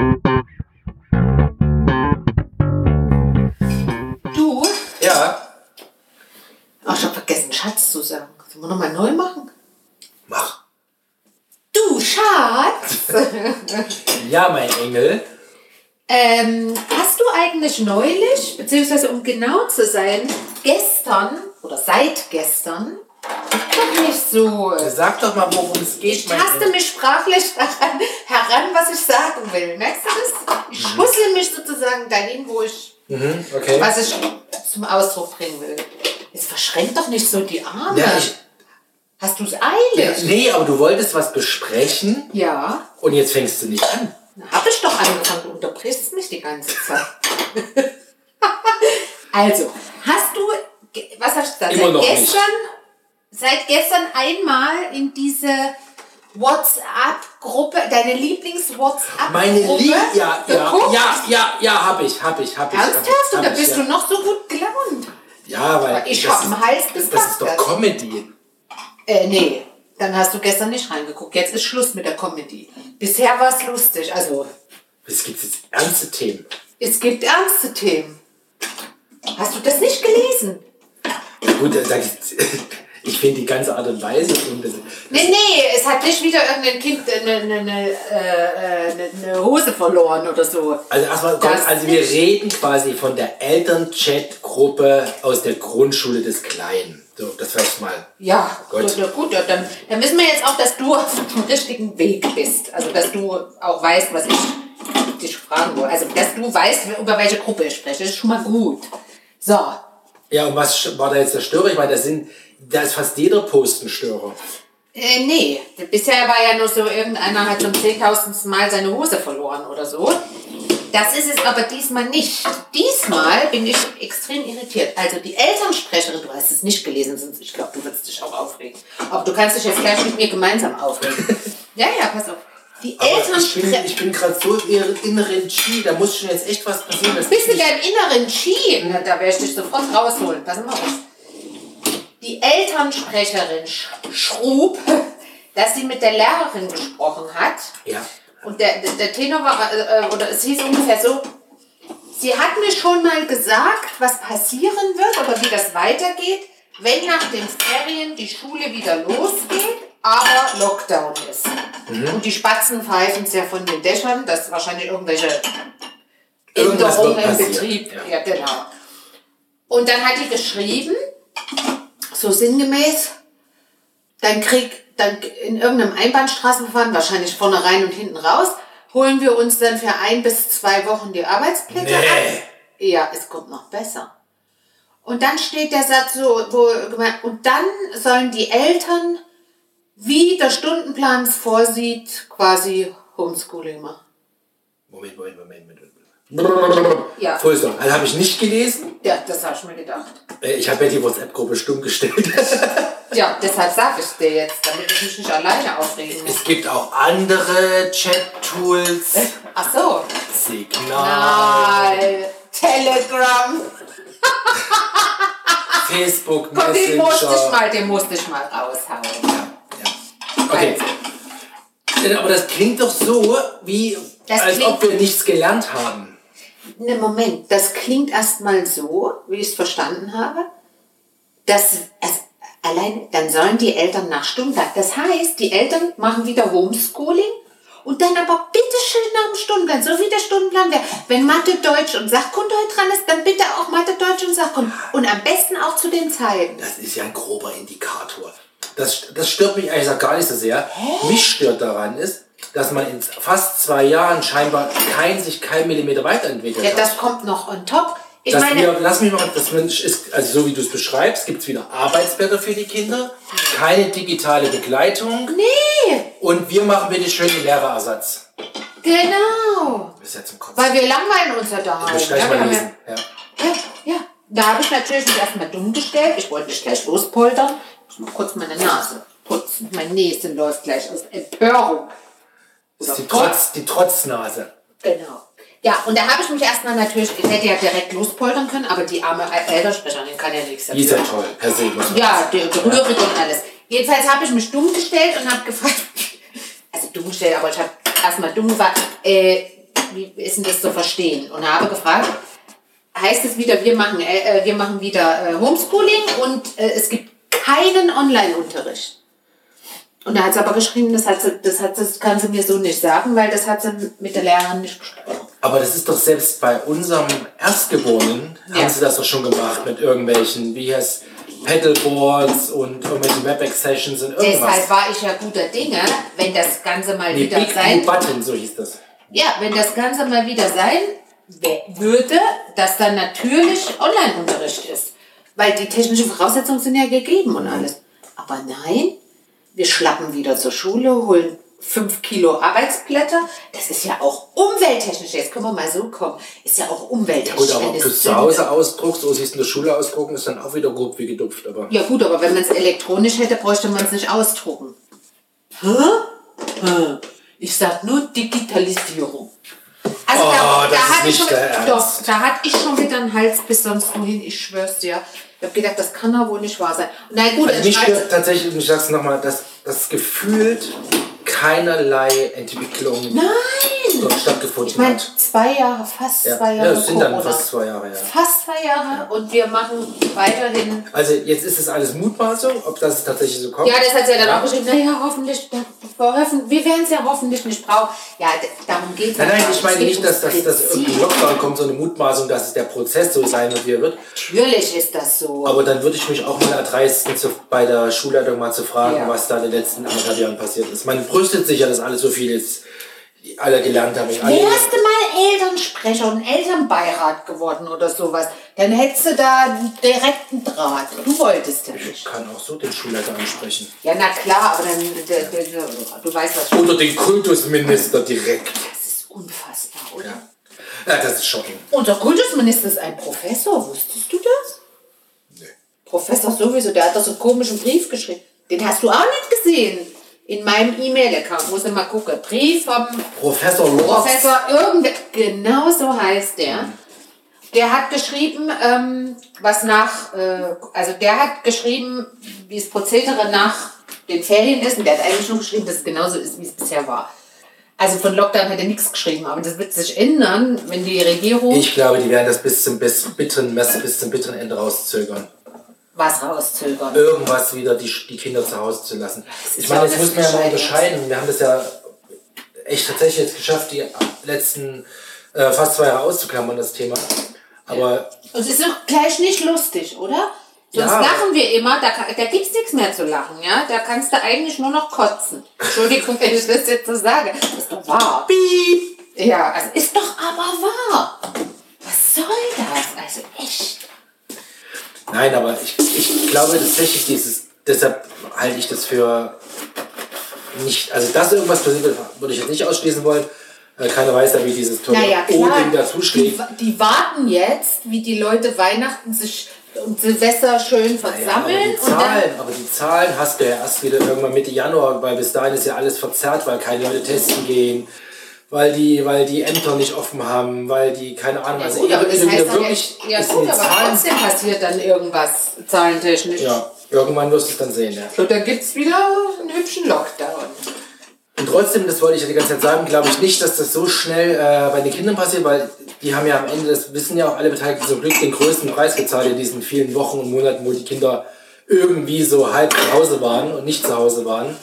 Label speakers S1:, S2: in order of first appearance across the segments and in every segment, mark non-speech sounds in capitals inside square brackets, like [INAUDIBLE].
S1: Oh, Sollen wir nochmal neu machen?
S2: Mach.
S1: Du Schatz!
S2: Ja, mein Engel.
S1: ähm, hast du eigentlich neulich, beziehungsweise um genau zu sein, gestern oder seit gestern, doch nicht so.
S2: Sag doch mal, worum es geht,
S1: Ich
S2: mein
S1: taste
S2: Engel.
S1: mich sprachlich [LAUGHS] daran, heran, was ich sagen will. Merkst du das? Ich schussel mich sozusagen dahin, wo ich,
S2: Mhm, okay.
S1: was ich zum Ausdruck bringen will. Jetzt verschränk doch nicht so die Arme.
S2: Ja, ich,
S1: Hast du es eilig?
S2: nee, aber du wolltest was besprechen
S1: Ja.
S2: und jetzt fängst du nicht an.
S1: Habe ich doch angefangen, du unterbrichst mich die ganze Zeit. [LAUGHS] also, hast du, ge- was hast du gesagt?
S2: Immer
S1: seit
S2: noch nicht.
S1: gestern, seit gestern einmal in diese WhatsApp-Gruppe, deine Lieblings-WhatsApp-Gruppe?
S2: Meine Liebe. Ja, ja,
S1: geguckt?
S2: ja, ja, ja, hab ich, hab ich, hab ich. hab ich,
S1: Ernsthaft?
S2: hab
S1: Und da
S2: ich,
S1: bist
S2: ja.
S1: du noch so gut gelaunt.
S2: Ja, weil.
S1: Ich
S2: das
S1: hab
S2: ist-
S1: einen Hals bis
S2: Das ist doch
S1: Bagdad.
S2: Comedy.
S1: Äh, nee, dann hast du gestern nicht reingeguckt. Jetzt ist Schluss mit der Comedy. Bisher war es lustig. Also,
S2: Es gibt jetzt ernste Themen.
S1: es gibt ernste Themen. Hast du das nicht gelesen?
S2: Gut, da, da, [LAUGHS] ich finde die ganze Art und Weise. Und das,
S1: Nee, nee, es hat nicht wieder irgendein Kind eine, eine, eine, äh, eine, eine Hose verloren oder so.
S2: also erstmal, komm,
S1: Das
S2: also wir
S1: nicht.
S2: reden quasi von der Eltern-Chat-Gruppe aus der Grundschule des Kleinen. So, das weiß ich mal.
S1: Ja,
S2: Gut.
S1: gut, gut ja, dann, dann wissen wir jetzt auch, dass du auf dem richtigen Weg bist. Also, dass du auch weißt, was ich dich fragen wollte. Also, dass du weißt, über welche Gruppe ich spreche. Das ist schon mal gut. So,
S2: Ja, und was war da jetzt der Störer? Ich meine, das sind, da ist fast jeder Post ein Störer.
S1: äh, nee, bisher war ja nur so, irgendeiner hat schon 10.000 Mal seine Hose verloren oder so. Das ist es aber diesmal nicht. Diesmal bin ich extrem irritiert. Also die Elternsprecherin, du hast es nicht gelesen, sonst ich glaube, du würdest dich auch aufregen. Aber du kannst dich jetzt gleich mit mir gemeinsam
S2: [LAUGHS]
S1: aufregen. ja, ja, pass auf. Die
S2: Aber ich bin,
S1: Elternsprecherin.
S2: ich bin gerade so in ihrem inneren Chi, da muss schon jetzt echt was passieren. dass
S1: Bist du
S2: ich-
S1: in deinem inneren Chi? Na, da werde ich dich sofort rausholen. Pass mal auf. Die Elternsprecherin sch- schrub, [LAUGHS] dass sie mit der Lehrerin gesprochen hat.
S2: Ja.
S1: Und der, der, der Tenor war, äh, äh, oder es hieß ungefähr so, sie hat mir schon mal gesagt, was passieren wird oder wie das weitergeht, wenn nach den Ferien die Schule wieder losgeht, aber Lockdown ist.
S2: Mhm.
S1: Und die Spatzen pfeifen es ja von den Dächern, dass wahrscheinlich irgendwelche
S2: Irgendwas wird
S1: Änderungen im
S2: passieren,
S1: Betrieb.
S2: ja.
S1: Ja. genau. Und dann hat die geschrieben, so sinngemäß, dann krieg, dann in irgendeinem Einbahnstraßenverfahren, wahrscheinlich vorne rein und hinten raus, holen wir uns dann für ein bis zwei Wochen die Arbeitsplätze
S2: Nee.
S1: ab. Ja, es kommt noch besser. Und dann steht der Satz so, wo, gemeint- und dann sollen die Eltern, wie der Stundenplan es vorsieht, quasi Homeschooling machen.
S2: Moment, Moment, Moment, Moment. Moment.
S1: Ja.
S2: Full Stop. Also habe ich nicht gelesen.
S1: Ja, das habe ich mir gedacht.
S2: Äh, Ich habe ja die WhatsApp-Gruppe stumm gestellt. [LAUGHS]
S1: Ja, deshalb sage ich dir jetzt, damit ich mich nicht alleine aufregen muss.
S2: es gibt auch andere Chat-Tools.
S1: Ach so.
S2: Signal,
S1: Nein. Telegram.
S2: Facebook
S1: Komm, den musste ich
S2: Messenger.
S1: mal, den musste ich mal raushauen.
S2: Ja. Okay. Äh, Aber das klingt doch so, wie
S1: Das
S2: als
S1: klingt-
S2: ob wir nichts gelernt haben.
S1: Ne, Moment, das klingt erstmal so, wie ich es verstanden habe, dass also, allein, dann sollen die Eltern nach Stundenplan. Das heißt, die Eltern machen wieder Homeschooling und dann aber bitte schön nach dem Stundenplan, so wie der Stundenplan wäre. Wenn Mathe, Deutsch und Sachkunde heute dran ist, dann bitte auch Mathe, Deutsch und Sachkunde. Und am besten auch zu den Zeiten.
S2: Das ist ja ein grober Indikator. Das, das stört mich eigentlich gar nicht so sehr. Mich stört daran ist, dass man in fast zwei Jahren scheinbar kein, sich kein Millimeter weiterentwickelt
S1: Ja,
S2: hat.
S1: das kommt noch on top. Ich
S2: dass
S1: meine,
S2: wir, lass mich mal, das Mensch ist, also so wie du es beschreibst, gibt es wieder Arbeitsblätter für die Kinder, keine digitale Begleitung.
S1: nee,
S2: Und wir machen bitte schön den Lehrerersatz.
S1: genau.
S2: Das ist ja zum Kotzen.
S1: Weil wir langweilen uns ja daheim.
S2: Muss ich
S1: Ah, Ja,
S2: gleich
S1: wir
S2: mal
S1: haben ja-
S2: lesen. Ja.
S1: Ja, ja. Da habe ich natürlich mich erstmal dumm gestellt. Ich wollte nicht gleich lospoltern. Ich muss kurz meine Nase putzen. Mein Näschen läuft gleich aus Empörung.
S2: Das ist die, Trotz, die Trotznase.
S1: Genau. Ja, und da habe ich mich erstmal natürlich, ich hätte ja direkt lospoltern können, aber die arme Eltersprecherin kann ja nichts
S2: Die ist ja
S1: dafür.
S2: toll, per se. muss man-
S1: Ja, die Rührig und alles. Jedenfalls habe ich mich dumm gestellt und habe gefragt, [LAUGHS] also dumm gestellt, aber ich habe erstmal dumm gefragt, äh, wie ist denn das zu verstehen? Und habe gefragt, heißt es wieder, wir machen, äh, äh, wir machen wieder äh, Homeschooling und äh, es gibt keinen Online-Unterricht. Und da hat sie aber geschrieben, das, hat sie, das, hat sie, das kann sie mir so nicht sagen, weil das hat sie mit der Lehrerin nicht besprochen.
S2: Aber das ist doch selbst bei unserem Erstgeborenen,
S1: Ja.
S2: haben sie das doch schon gemacht mit irgendwelchen, wie heißt Pedalboards und irgendwelchen Webex-Sessions und
S1: Deshalb
S2: irgendwas.
S1: war ich ja guter Dinge, wenn das Ganze mal
S2: Nee,
S1: wieder
S2: Big Blue
S1: sein
S2: Button, so hieß das.
S1: Ja, wenn das Ganze mal wieder sein wär- würde, dass dann natürlich Online-Unterricht ist. Weil die technischen Voraussetzungen sind ja gegeben und alles. Aber nein, wir schlappen wieder zur Schule, holen fünf Kilo Arbeitsblätter. Das ist ja auch umwelttechnisch. Jetzt können wir mal so kommen. Ist ja auch umwelttechnisch.
S2: Gut, aber ob
S1: eine
S2: du es zu
S1: Sünde.
S2: Hause ausdruckst oder sie es in der Schule ausdrucken, ist dann auch wieder grob wie gedupft. Aber
S1: Ja gut, aber wenn man es elektronisch hätte, bräuchte man es nicht ausdrucken. Hä? Hä? Ich sag nur Digitalisierung. Also
S2: Oh, das ist
S1: hatte ich
S2: nicht
S1: schon,
S2: dein
S1: doch,
S2: Ernst.
S1: da hatte ich schon wieder einen Hals bis sonst wohin, ich schwör's dir. Ich hab gedacht, das kann doch wohl nicht wahr sein. Nein, gut,
S2: also
S1: dann
S2: mich
S1: schreibt-
S2: stört tatsächlich, und ich sag's nochmal, dass das gefühlt keinerlei Entwicklung
S1: Nein!
S2: dort
S1: Ich
S2: stattgefunden
S1: meine,
S2: hat.
S1: zwei Jahre, fast
S2: Ja,
S1: zwei
S2: ja,
S1: Jahre.
S2: es sind dann
S1: Corona.
S2: fast zwei Jahre, ja.
S1: Fast zwei Jahre und wir machen weiterhin.
S2: Also jetzt ist es alles Mutmaßung, ob das tatsächlich so kommt.
S1: Ja, das hat sie ja dann auch geschrieben. Naja, hoffentlich, hoffen- wir werden es ja hoffentlich nicht brauchen. Ja, d- darum geht um es
S2: Nein, nein, ich meine nicht, dass das dass irgendein Lockdown kommt, so eine Mutmaßung, dass es der Prozess so sein und wie er wird.
S1: Natürlich ist das so.
S2: Aber dann würde ich mich auch mal erdreisten, zu, bei der Schulleitung mal zu fragen,
S1: Ja.
S2: was da in den letzten anderthalb Jahren passiert ist. Man brüstet sich ja, dass alle so viel jetzt alle gelernt haben. Alle,
S1: Wärst du mal Elternsprecher und Elternbeirat geworden oder sowas, dann hättest du da einen direkten Draht. Du wolltest ja
S2: ich
S1: nicht.
S2: kann auch so den Schulleiter ansprechen.
S1: Ja, na klar, aber dann, der- der- der- du weißt was.
S2: Oder den Kultusminister direkt.
S1: Das ist unfassbar, oder?
S2: Ja, ja das ist schockierend.
S1: Unser Kultusminister ist ein Professor, wusstest du das? Professor sowieso, der hat doch so einen komischen Brief geschrieben. Den hast du auch nicht gesehen. In meinem E-Mail-Account, muss ich mal gucken. Brief vom
S2: Professor Lorenz.
S1: Professor irgendwer, genau so heißt der. Der hat geschrieben, ähm, was nach, äh, also der hat geschrieben, wie das Prozedere nach den Ferien ist. Und der hat eigentlich nur geschrieben, dass es genauso ist, wie es bisher war. Also von Lockdown hat er nichts geschrieben, aber das wird sich ändern, wenn die Regierung
S2: Ich glaube, die werden das bis zum bis, bitteren, Mess- bis zum bitteren Ende rauszögern.
S1: was
S2: Äh,
S1: rauszögern.
S2: irgendwas wieder die, die Kinder zu Hause zu lassen.
S1: das ist
S2: Ich meine,
S1: ja
S2: das
S1: auch
S2: muss man ja mal
S1: das
S2: unterscheiden. Wir haben das ja echt tatsächlich jetzt geschafft, die letzten äh, fast zwei Jahre auszuklammern, das Thema. Aber
S1: Und es ist doch gleich nicht lustig, oder? Sonst
S2: Ja.
S1: lachen wir immer, da, kann- da gibt's nichts mehr zu lachen, ja? Da kannst du eigentlich nur noch
S2: [LAUGHS]
S1: kotzen. Entschuldigung, wenn ich das jetzt so sage. Ist doch wahr.
S2: piep,
S1: Ja, also ist doch aber wahr. Was soll das? Also echt.
S2: Nein, aber ich, ich glaube tatsächlich, dieses, deshalb halte ich das für nicht, also dass irgendwas passiert, wird, würde ich jetzt nicht ausschließen wollen. Äh, Keiner weiß ja, wie dieses Turnier ohne ihn dazu
S1: die,
S2: schlägt.
S1: die warten jetzt, wie die Leute Weihnachten sich und Silvester schön
S2: Ja, aber
S1: versammeln
S2: die
S1: und dann
S2: Zahlen, aber die Zahlen hast du ja erst wieder irgendwann Mitte Januar, weil bis dahin ist ja alles verzerrt, weil keine Leute testen gehen, weil die, weil die Ämter nicht offen haben, weil die, keine Ahnung, also
S1: gut, aber das
S2: irgendwie
S1: heißt doch
S2: wirklich,
S1: jetzt, ja
S2: es
S1: gut,
S2: sind die
S1: aber
S2: Zahlen,
S1: trotzdem passiert dann irgendwas zahlentechnisch.
S2: ja, irgendwann wirst du es dann sehen, ja.
S1: Und dann gibt's wieder einen hübschen Lockdown.
S2: Und trotzdem, das wollte ich ja die ganze Zeit sagen, glaube ich nicht, dass das so schnell äh, bei den Kindern passiert, weil die haben ja am Ende, das wissen ja auch alle Beteiligten zum Glück, den größten Preis gezahlt in diesen vielen Wochen und Monaten, wo die Kinder irgendwie so halb zu Hause waren und nicht zu Hause waren.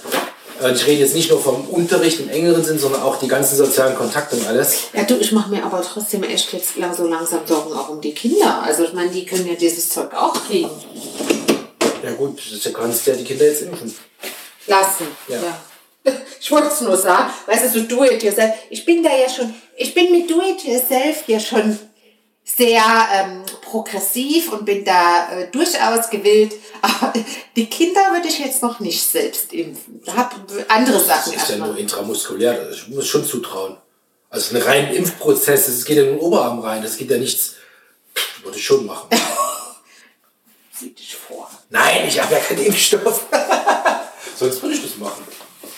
S2: Äh, Und ich rede jetzt nicht nur vom Unterricht im engeren Sinn, sondern auch die ganzen sozialen Kontakte und alles.
S1: Ja, du, ich mache mir aber trotzdem echt jetzt lang- so langsam Sorgen auch um die Kinder. Also, ich meine, die können ja dieses Zeug auch kriegen.
S2: Ja gut, du kannst ja die Kinder jetzt impfen.
S1: Lassen. Ja.
S2: Ja.
S1: [LAUGHS] Ich wollte es nur sagen, weißt du, so do it yourself. Ich bin da ja schon, ich bin mit do it yourself ja schon sehr ähm, progressiv und bin da äh, durchaus gewillt. [LAUGHS] Aber die Kinder würde ich jetzt noch nicht selbst impfen. Da hab andere Sachen
S2: Das ist ja
S1: erstmal.
S2: nur intramuskulär, das ich muss schon zutrauen. Also ein reinen Impfprozess, das geht ja in den Oberarm rein, das geht ja nichts. Würde ich schon machen.
S1: Sieh dich vor.
S2: Nein, ich habe ja keinen Impfstoff. [LAUGHS] Sonst würde ich das machen.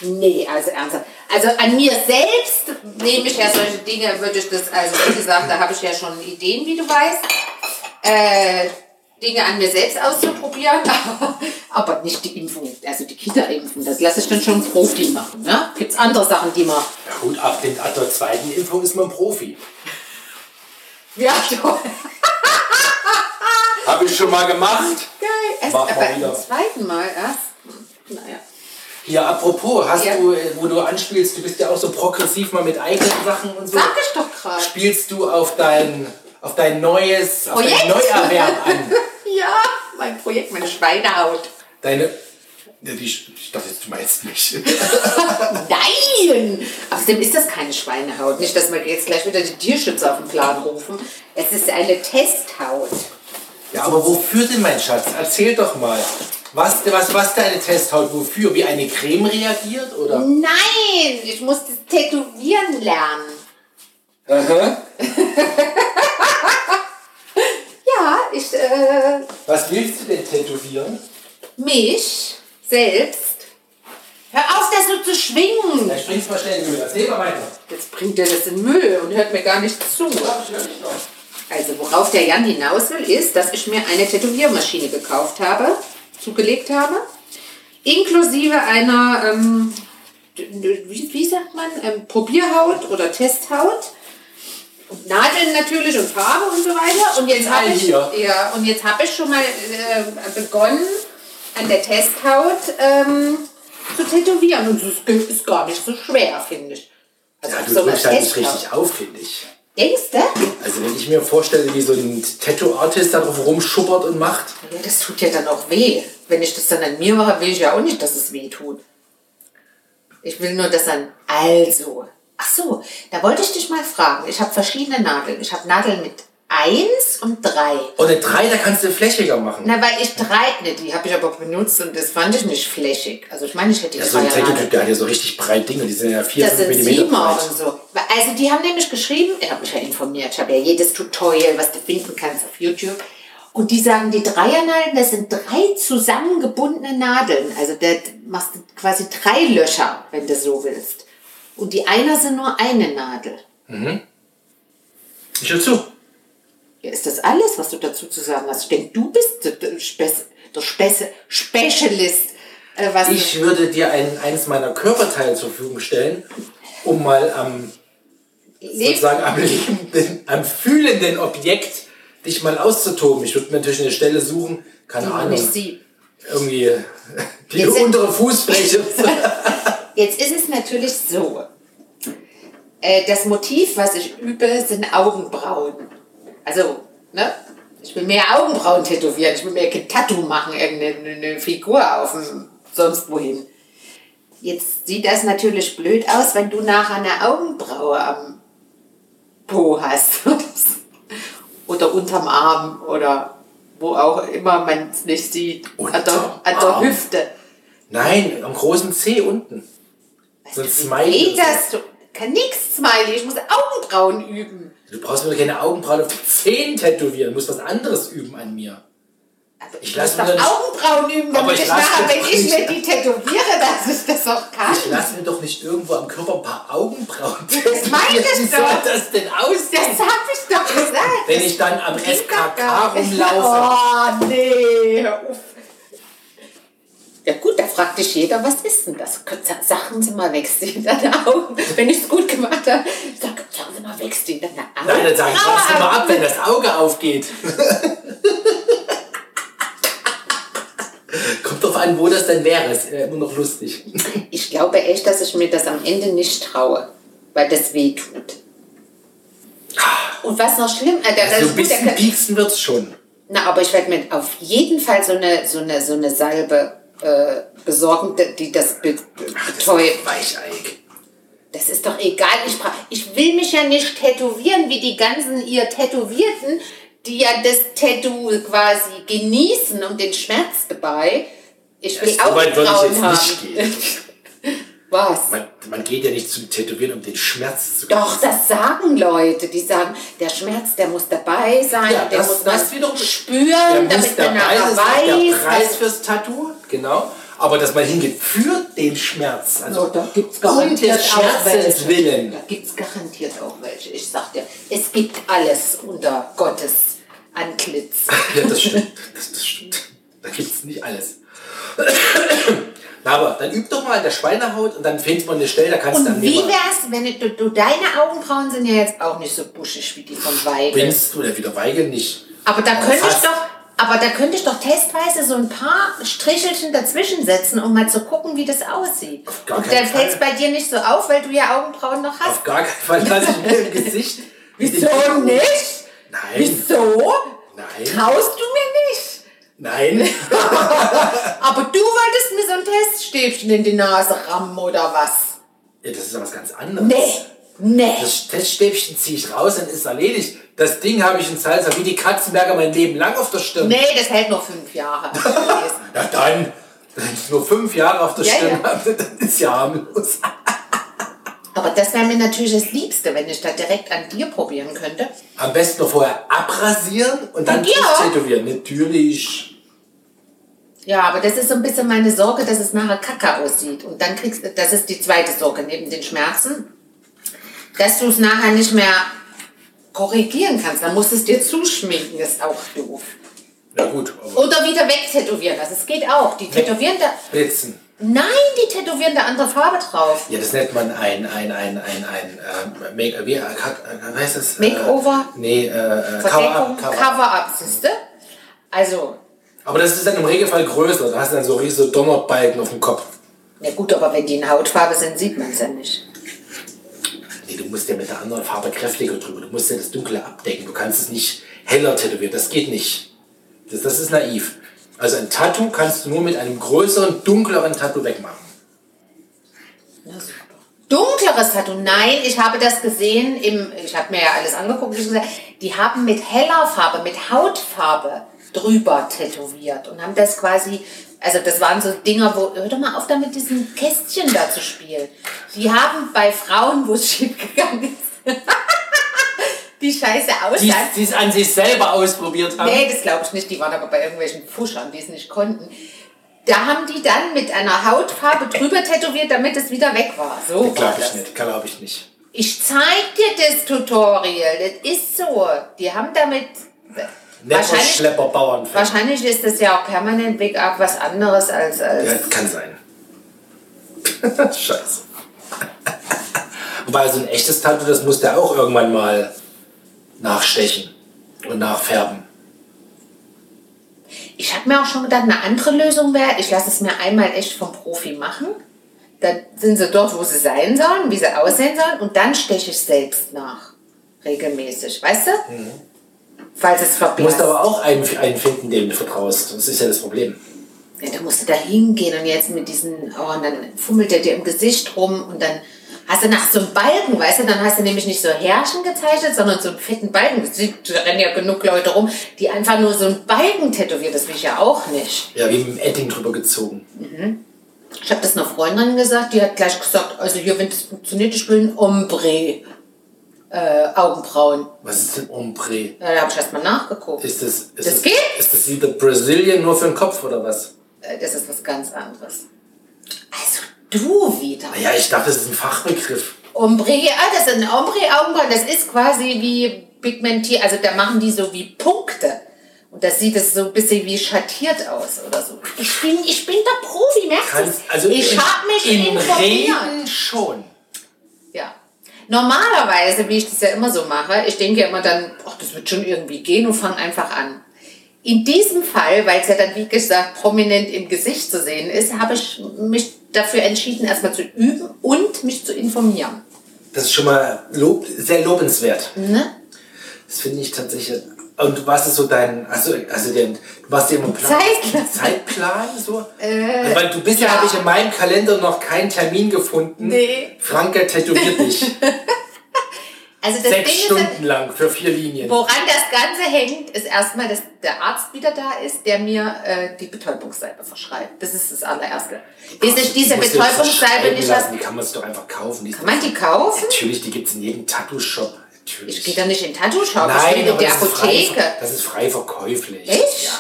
S1: Nee, also ernsthaft. Also an mir selbst nehme ich ja solche Dinge, würde ich das, also wie gesagt, da habe ich ja schon Ideen, wie du weißt, äh, Dinge an mir selbst auszuprobieren, [LAUGHS] aber nicht die Impfung, also die Kita-Impfung, das lasse ich dann schon Profi machen. Ne? Gibt es andere Sachen, die man...
S2: Ja gut, ab, den, ab der zweiten Impfung ist man Profi.
S1: Ja, toll.
S2: Habe ich schon mal gemacht.
S1: Geil. [LAUGHS] erst,
S2: Mach mal
S1: aber beim
S2: wieder.
S1: zweiten Mal erst. Naja.
S2: Ja, apropos, hast
S1: Ja.
S2: du, äh, wo du anspielst, du bist ja auch so progressiv mal mit eigenen Sachen und so.
S1: Sag ich doch gerade.
S2: Spielst du auf dein, auf dein neues, auf
S1: Projekt?
S2: dein
S1: [LAUGHS]
S2: Neuerwerb an?
S1: Ja, mein Projekt, meine Schweinehaut.
S2: Deine,
S3: Ja, die, ich dachte, jetzt, du meinst mich.
S1: Nein! Außerdem ist das keine Schweinehaut. Nicht, dass wir jetzt gleich wieder die Tierschützer auf den Plan rufen. Es ist eine Testhaut.
S2: [LAUGHS] ja, aber wofür denn, mein Schatz? Erzähl doch mal. Was, was, was deine Testhaut, wofür? Wie eine Creme reagiert, oder?
S1: Uh. Nein! Ich muss das tätowieren lernen.
S2: Aha.
S1: Ja, ich, äh,
S2: Was willst du denn tätowieren?
S1: mich selbst. Hör auf, das so zu schwingen!
S2: Dann springst mal schnell in die Höhe. Erzähl mal weiter.
S1: Jetzt bringt er das in Müll und hört mir gar nicht zu. Also worauf der Jan hinaus will, ist, dass ich mir eine Tätowiermaschine gekauft habe, zugelegt habe, inklusive einer, ähm, d- d- wie, wie sagt man, ähm, Probierhaut oder Testhaut. Und Nadeln natürlich und Farbe und so weiter. Und jetzt habe
S2: All
S1: ich,
S2: hier.
S1: ja, und jetzt habe ich schon mal äh, begonnen, an der Testhaut ähm, zu tätowieren. Und das ist- ist gar nicht so schwer, finde ich. Also
S2: Ja,
S1: auf
S2: du
S1: so einer
S2: drückst halt nicht
S1: Testhaut.
S2: richtig auf, finde ich.
S1: Denkst du?
S2: Also wenn ich mir vorstelle, wie so ein Tattoo-Artist da drauf rumschuppert und macht.
S1: Ja, das tut ja dann auch weh. Wenn ich das dann an mir mache, will ich ja auch nicht, dass es weh tut. Ich will nur, dass dann also. Ach so, da wollte ich dich mal fragen. Ich habe verschiedene Nadeln. Ich habe Nadeln mit 1 und 3.
S2: Und eine 3, da kannst du flächiger machen.
S1: Na, weil ich drei, ne, die habe ich aber benutzt und das fand ich nicht flächig. Also ich meine, ich hätte die
S2: Ja, so ein
S1: drei
S2: Tattoo-Typ,
S1: Nadeln.
S2: der hat ja so richtig breit Dinge, die sind ja 4,
S1: Das
S2: 5
S1: sind
S2: mm
S1: Siemer
S2: breit.
S1: und so. Also die haben nämlich geschrieben, ich habe mich ja informiert, ich habe ja jedes Tutorial, was du finden kannst auf YouTube. Und die sagen, die Dreiernadeln, das sind drei zusammengebundene Nadeln. Also da machst du quasi drei Löcher, wenn du so willst. Und die einer sind nur eine Nadel.
S2: Ich hör zu.
S1: Ja, ist das alles, was du dazu zu sagen hast? Ich denke, du bist der- der Spes- der Spes- Specialist. äh, Was
S2: Ich würde dir ein, eines meiner Körperteile zur Verfügung stellen, um mal am,
S1: lebt.
S2: sozusagen am lebenden, am fühlenden Objekt dich mal auszutoben. Ich würde mir natürlich eine Stelle suchen, keine
S1: man
S2: Ahnung,
S1: nicht sieht. [LAUGHS]
S2: irgendwie die
S1: Jetzt-
S2: untere Fußfläche.
S1: [LAUGHS] Jetzt ist es natürlich so. Äh, Das Motiv, was ich übe, sind Augenbrauen. Also, ne? Ich will mehr Augenbrauen tätowieren. Ich will mehr ein Tattoo machen, irgendeine eine Figur auf dem sonst wohin. Jetzt sieht das natürlich blöd aus, wenn du nachher eine Augenbraue am Po hast. [LAUGHS] oder unterm Arm oder wo auch immer man es nicht sieht. An der, an der
S2: Unterarm.
S1: Hüfte.
S2: Nein, am großen C unten. So ein Smiley.
S1: Geht das? Du kann nix, Smiley. Ich muss Augenbrauen üben.
S2: Du brauchst mir doch keine Augenbraue auf die Zehen tätowieren. Du musst was anderes üben an mir.
S1: Aber
S2: Ich
S1: Also, ich
S2: lass
S1: muss
S2: mir
S1: doch
S2: doch nicht-
S1: Augenbrauen üben,
S2: Aber
S1: damit
S2: ich
S1: ich
S2: lass
S1: nachher,
S2: doch
S1: wenn ich
S2: nicht-
S1: mir die tätowiere, dass ich das auch kann.
S2: Ich lass mir doch nicht irgendwo am Körper ein paar Augenbrauen
S1: Das meine ich
S2: Wie soll
S1: doch.
S2: das denn
S1: Das
S2: aussehen?
S1: habe ich doch gesagt.
S2: Wenn ich dann am
S1: Das geht doch
S2: SKK
S1: gar nicht.
S2: rumlaufe.
S1: Oh, nee. hör auf. Ja gut, da fragt dich jeder, was ist denn das? Sa- Sachen Sie mal, wächst die in deine Augen. Wenn ich es gut gemacht habe, sag, sagen Sie mal, wächst die in deine Augen.
S2: Nein, dann sag ich, pass mal ab, wenn das Auge
S1: [LAUGHS]
S2: aufgeht. Kommt drauf an, wo das denn wäre. Ist äh, immer noch lustig.
S1: Ich glaube echt, dass ich mir das am Ende nicht traue, weil das weh tut. Und was noch schlimm, äh, der,
S2: So
S1: also gut,
S2: ein
S1: der
S2: bisschen
S1: kann,
S2: pieksen wird's schon.
S1: na, aber ich werde mir auf jeden Fall so eine, so eine, so eine Salbe äh, besorgen, d- die das be be betäubt.
S2: Weicheig.
S1: Das ist doch egal. Ich, bra- ich will mich ja nicht tätowieren wie die ganzen ihr Tätowierten, die ja das Tattoo quasi genießen und den Schmerz dabei. Ich will
S2: Also, so weit würde ich
S1: Augenbrauen
S2: jetzt
S1: haben.
S2: nicht
S1: Was?
S2: Man, man geht ja nicht zum Tätowieren, um den Schmerz zu
S1: Doch, das sagen Leute. Die sagen, der Schmerz, der muss dabei sein,
S2: Ja,
S1: der
S2: das-
S1: muss
S2: das
S1: man
S2: wiederum-
S1: spüren,
S2: Der muss
S1: damit man
S2: dabei sein,
S1: nachher
S2: ist auch der Preis
S1: weiß.
S2: fürs Tattoo, genau. Aber dass man hingeht für den Schmerz. Also
S1: Also, da gibt's
S2: um
S1: garantiert
S2: des
S1: auch
S2: Schmerzens
S1: welche. Da
S2: willen. [LAUGHS]
S1: gibt es garantiert auch welche. Ich sag dir, es gibt alles unter Gottes Antlitz.
S2: Ja, das stimmt. Das, das stimmt. Da gibt es nicht alles. Na, aber dann üb doch mal an der Schweinehaut und dann findet man eine Stelle, da kannst du
S1: Und
S2: dann
S1: wie
S2: nehmen.
S1: wär's, wenn du, du deine Augenbrauen sind ja jetzt auch nicht so buschig wie die von Weigel.
S2: Bringst du oder wieder Weigel nicht.
S1: Aber da könnte ich
S2: Oh, Fast.
S1: doch Aber da könnte ich doch testweise so ein paar Strichelchen dazwischen setzen, um mal zu gucken, wie das aussieht.
S2: gar
S1: Und dann
S2: keinen
S1: fällt es
S2: Fall.
S1: bei dir nicht so auf, weil du ja Augenbrauen noch hast.
S2: Auf gar keinen
S1: [LAUGHS]
S2: Fall lasse ich mir im Gesicht.
S1: Wieso nicht?
S2: Nein.
S1: Wieso?
S2: Nein.
S1: Traust du mir nicht?
S2: Nein.
S1: Aber du wolltest mir so ein Teststäbchen in die Nase rammen oder was?
S2: Ja, das ist ja was ganz anderes.
S1: Nee, nee.
S2: Das Teststäbchen ziehe ich raus und ist erledigt. Das Ding habe ich in Salsa wie die Katzenberger mein Leben lang auf der Stirn.
S1: Nee, das hält noch fünf
S2: [LAUGHS]
S1: Jahre. hab ich gelesen.
S2: Na dann, wenn ich nur fünf Jahre auf der
S1: Ja,
S2: Stirn
S1: ja.
S2: habe, dann ist ja harmlos.
S1: Aber das wäre mir natürlich das Liebste, wenn ich das direkt an dir probieren könnte.
S2: Am besten noch vorher abrasieren und dann
S1: Ja.
S2: ja. tätowieren. Natürlich.
S1: Ja, aber das ist so ein bisschen meine Sorge, dass es nachher kacke aussieht. Und dann kriegst du, das ist die zweite Sorge neben den Schmerzen, dass du es nachher nicht mehr korrigieren kannst. Dann musst du es dir zuschminken, ist auch doof.
S2: Na gut, aber
S1: Oder wieder wegtätowieren, also es geht auch. Die tätowieren da,
S2: blitzen.
S1: nein, die tätowieren da andere Farbe drauf.
S2: Ja, das nennt man ein, ein, ein, ein, ein, äh, Make, wie, äh, Cut- äh, wie heißt das?
S1: Makeover?
S2: Äh, nee, äh, äh,
S1: Verdeckung,
S2: Cover-up. Cover.
S1: Cover-up, siehste? Also,
S2: Aber das ist dann im Regelfall größer. Da hast du dann so riesige Donnerbalken auf dem Kopf.
S1: na gut, aber wenn die in Hautfarbe sind, sieht man es ja nicht.
S2: Nee, du musst ja mit der anderen Farbe kräftiger drüber. Du musst ja das Dunkle abdecken. Du kannst es nicht heller tätowieren. Das geht nicht. Das, das ist naiv. Also ein Tattoo kannst du nur mit einem größeren, dunkleren Tattoo wegmachen.
S1: Na super. Dunkleres Tattoo. Nein, ich habe das gesehen im, ich habe mir ja alles angeguckt, wie schon gesagt, die haben mit heller Farbe, mit Hautfarbe drüber tätowiert und haben das quasi, also das waren so Dinger, wo, hör doch mal auf da mit diesen Kästchen da zu spielen. Die haben bei Frauen, wo es [LAUGHS] schief gegangen ist, die Scheiße
S2: Die
S1: aussah.
S2: die es an sich selber ausprobiert haben.
S1: Nee, das glaube ich nicht. Die waren aber bei irgendwelchen Fuschern, die es nicht konnten. Da haben die dann mit einer Hautfarbe drüber tätowiert, damit es wieder weg war. So war
S2: Glaube
S1: das.
S2: ich nicht. Glaube ich nicht.
S1: Ich zeig dir das Tutorial. Das ist so. Die haben damit.
S2: Netter
S1: Wahrscheinlich,
S2: Schlepper Bauernfan.
S1: wahrscheinlich ist das ja auch permanent Big Up was anderes als. als
S2: Ja, kann sein. [LAUGHS] Scheiße. Wobei so ein echtes Tattoo, das muss der auch irgendwann mal nachstechen und nachfärben.
S1: Ich habe mir auch schon gedacht, eine andere Lösung wäre, ich lasse es mir einmal echt vom Profi machen. Dann sind sie dort, wo sie sein sollen, wie sie aussehen sollen und dann steche ich selbst nach. Regelmäßig, weißt du? Falls es
S2: Du musst
S1: verblasst.
S2: Mhm. aber auch einen, einen finden, dem du vertraust. Das ist ja das Problem.
S1: Ja, da musst du da hingehen und jetzt mit diesen, oh, und dann fummelt der dir im Gesicht rum und dann hast du nach so einem Balken, weißt du, dann hast du nämlich nicht so Härchen gezeichnet, sondern so einen fetten Balken. Es sieht- Da rennen ja genug Leute rum, die einfach nur so einen Balken tätowiert, das will ich ja auch nicht.
S2: Ja, wie mit dem Edding drüber gezogen.
S1: Ich habe das einer Freundin gesagt, die hat gleich gesagt, also hier, wenn das funktioniert, ich will ein Ombre äh, Augenbrauen.
S2: Was ist denn Ombre?
S1: Ja, Da habe ich erstmal nachgeguckt.
S2: Ist das, ist
S1: Das geht?
S2: Ist das wie The Brazilian nur für den Kopf oder was?
S1: Äh, das ist was ganz anderes. Also du wieder.
S2: Naja, ich dachte, das ist ein Fachbegriff.
S1: Ombre, ah, das sind Ombre-Augenbrauen, das ist quasi wie pigmentiert, also da machen die so wie Punkte. Und das sieht es so ein bisschen wie schattiert aus oder so. Ich bin, ich bin der Profi, merkst du?
S2: Kannst, also
S1: ich
S2: in-
S1: habe mich
S2: in
S1: informiert.
S2: Reden schon.
S1: Ja. Normalerweise, wie ich das ja immer so mache, ich denke ja immer dann, ach, das wird schon irgendwie gehen und fange einfach an. In diesem Fall, weil es ja dann, wie gesagt, prominent im Gesicht zu sehen ist, habe ich mich dafür entschieden, erstmal zu üben und mich zu informieren.
S2: Das ist schon mal lob, sehr lobenswert.
S1: Ne?
S2: Das finde ich tatsächlich. Und was ist so dein, also, also den, du machst dir immer einen Plan,
S1: Zeitplan. Äh,
S2: Zeitplan so? also, weil du bisher
S1: ja.
S2: habe ich in meinem Kalender noch keinen Termin gefunden.
S1: Nee. [LAUGHS]
S2: Franke tätowiert dich.
S1: Also das
S2: Sechs
S1: Ding ist,
S2: Stunden lang für vier Linien.
S1: woran das Ganze hängt, ist erstmal, dass der Arzt wieder da ist, der mir äh, die Betäubungssalbe verschreibt. Das ist das allererste. Bis ich diese
S2: Die musst du jetzt
S1: Betäubungssalbe
S2: verschreiben
S1: nicht
S2: lassen,
S1: habe.
S2: Die kann man sich doch einfach kaufen. Die ist
S1: Kann man die kaufen?
S2: natürlich, die gibt es in jedem Tattoo-Shop. Natürlich.
S1: Ich gehe da nicht in den Tattoo-Shop, ich
S2: Nein,
S1: gehe in
S2: aber
S1: die
S2: das ist frei
S1: Apotheke.
S2: ver- das ist frei verkäuflich.
S1: Echt?
S2: Ja.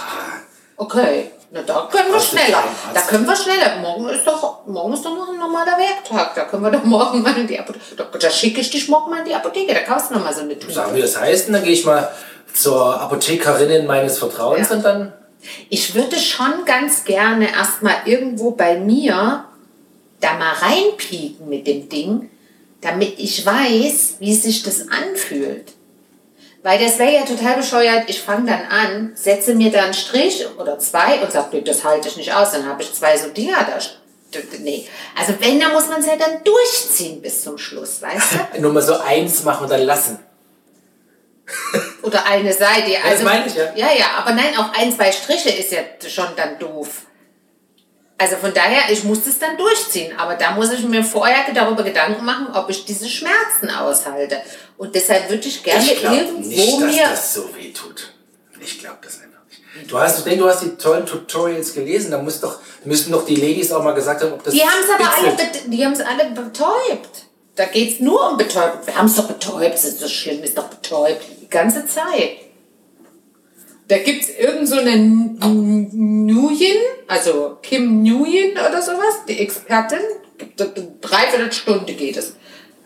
S1: Okay, na da können wir
S2: Brauchst du
S1: schneller.
S2: keinen Arzt.
S1: Da können wir schneller. Morgen ist doch, morgen ist doch noch ein normaler Werktag. Da können wir doch morgen mal in die Apotheke. Da, da schicke ich dich morgen mal in die Apotheke. Da kaufst du noch mal so eine Tüte.
S2: Sagen wir das heißt, und dann gehe ich mal zur Apothekerinnen meines Vertrauens
S1: Ja.
S2: und dann
S1: Ich würde schon ganz gerne erstmal irgendwo bei mir da mal reinpieken mit dem Ding, damit ich weiß, wie sich das anfühlt. Weil das wäre ja total bescheuert. Ich fange dann an, setze mir da einen Strich oder zwei und sage, nee, das halte ich nicht aus. Dann habe ich zwei so Dinger da. st- Nee. Also wenn, dann muss man es ja dann durchziehen bis zum Schluss, weißt du?
S2: Nur mal so eins machen und dann lassen.
S1: Oder eine Seite. Also,
S2: meine ich, ja.
S1: Ja, ja, aber nein, auch ein, zwei Striche ist ja schon dann doof. Also von daher, ich muss es dann durchziehen. Aber da muss ich mir vorher darüber Gedanken machen, ob ich diese Schmerzen aushalte. Und deshalb würde ich gerne
S3: Ich glaube
S1: irgendwo
S3: nicht, dass
S1: mir...
S3: das so weh tut. Ich glaube das einfach nicht.
S2: Du hast, du denkst, du hast die tollen Tutorials gelesen, da muss doch, müssen doch die Ladies auch mal gesagt haben, ob das
S1: Die haben es aber alle,
S2: kitzelt.
S1: bet- die haben's alle betäubt. Da geht's nur um betäubt. Wir haben es doch betäubt, es ist so schlimm, ist doch betäubt. Die ganze Zeit. Da gibt's irgend so eine N- N- Nguyen, also Kim Nguyen oder sowas, die Expertin. Gibt da- Dreiviertel Stunde geht es.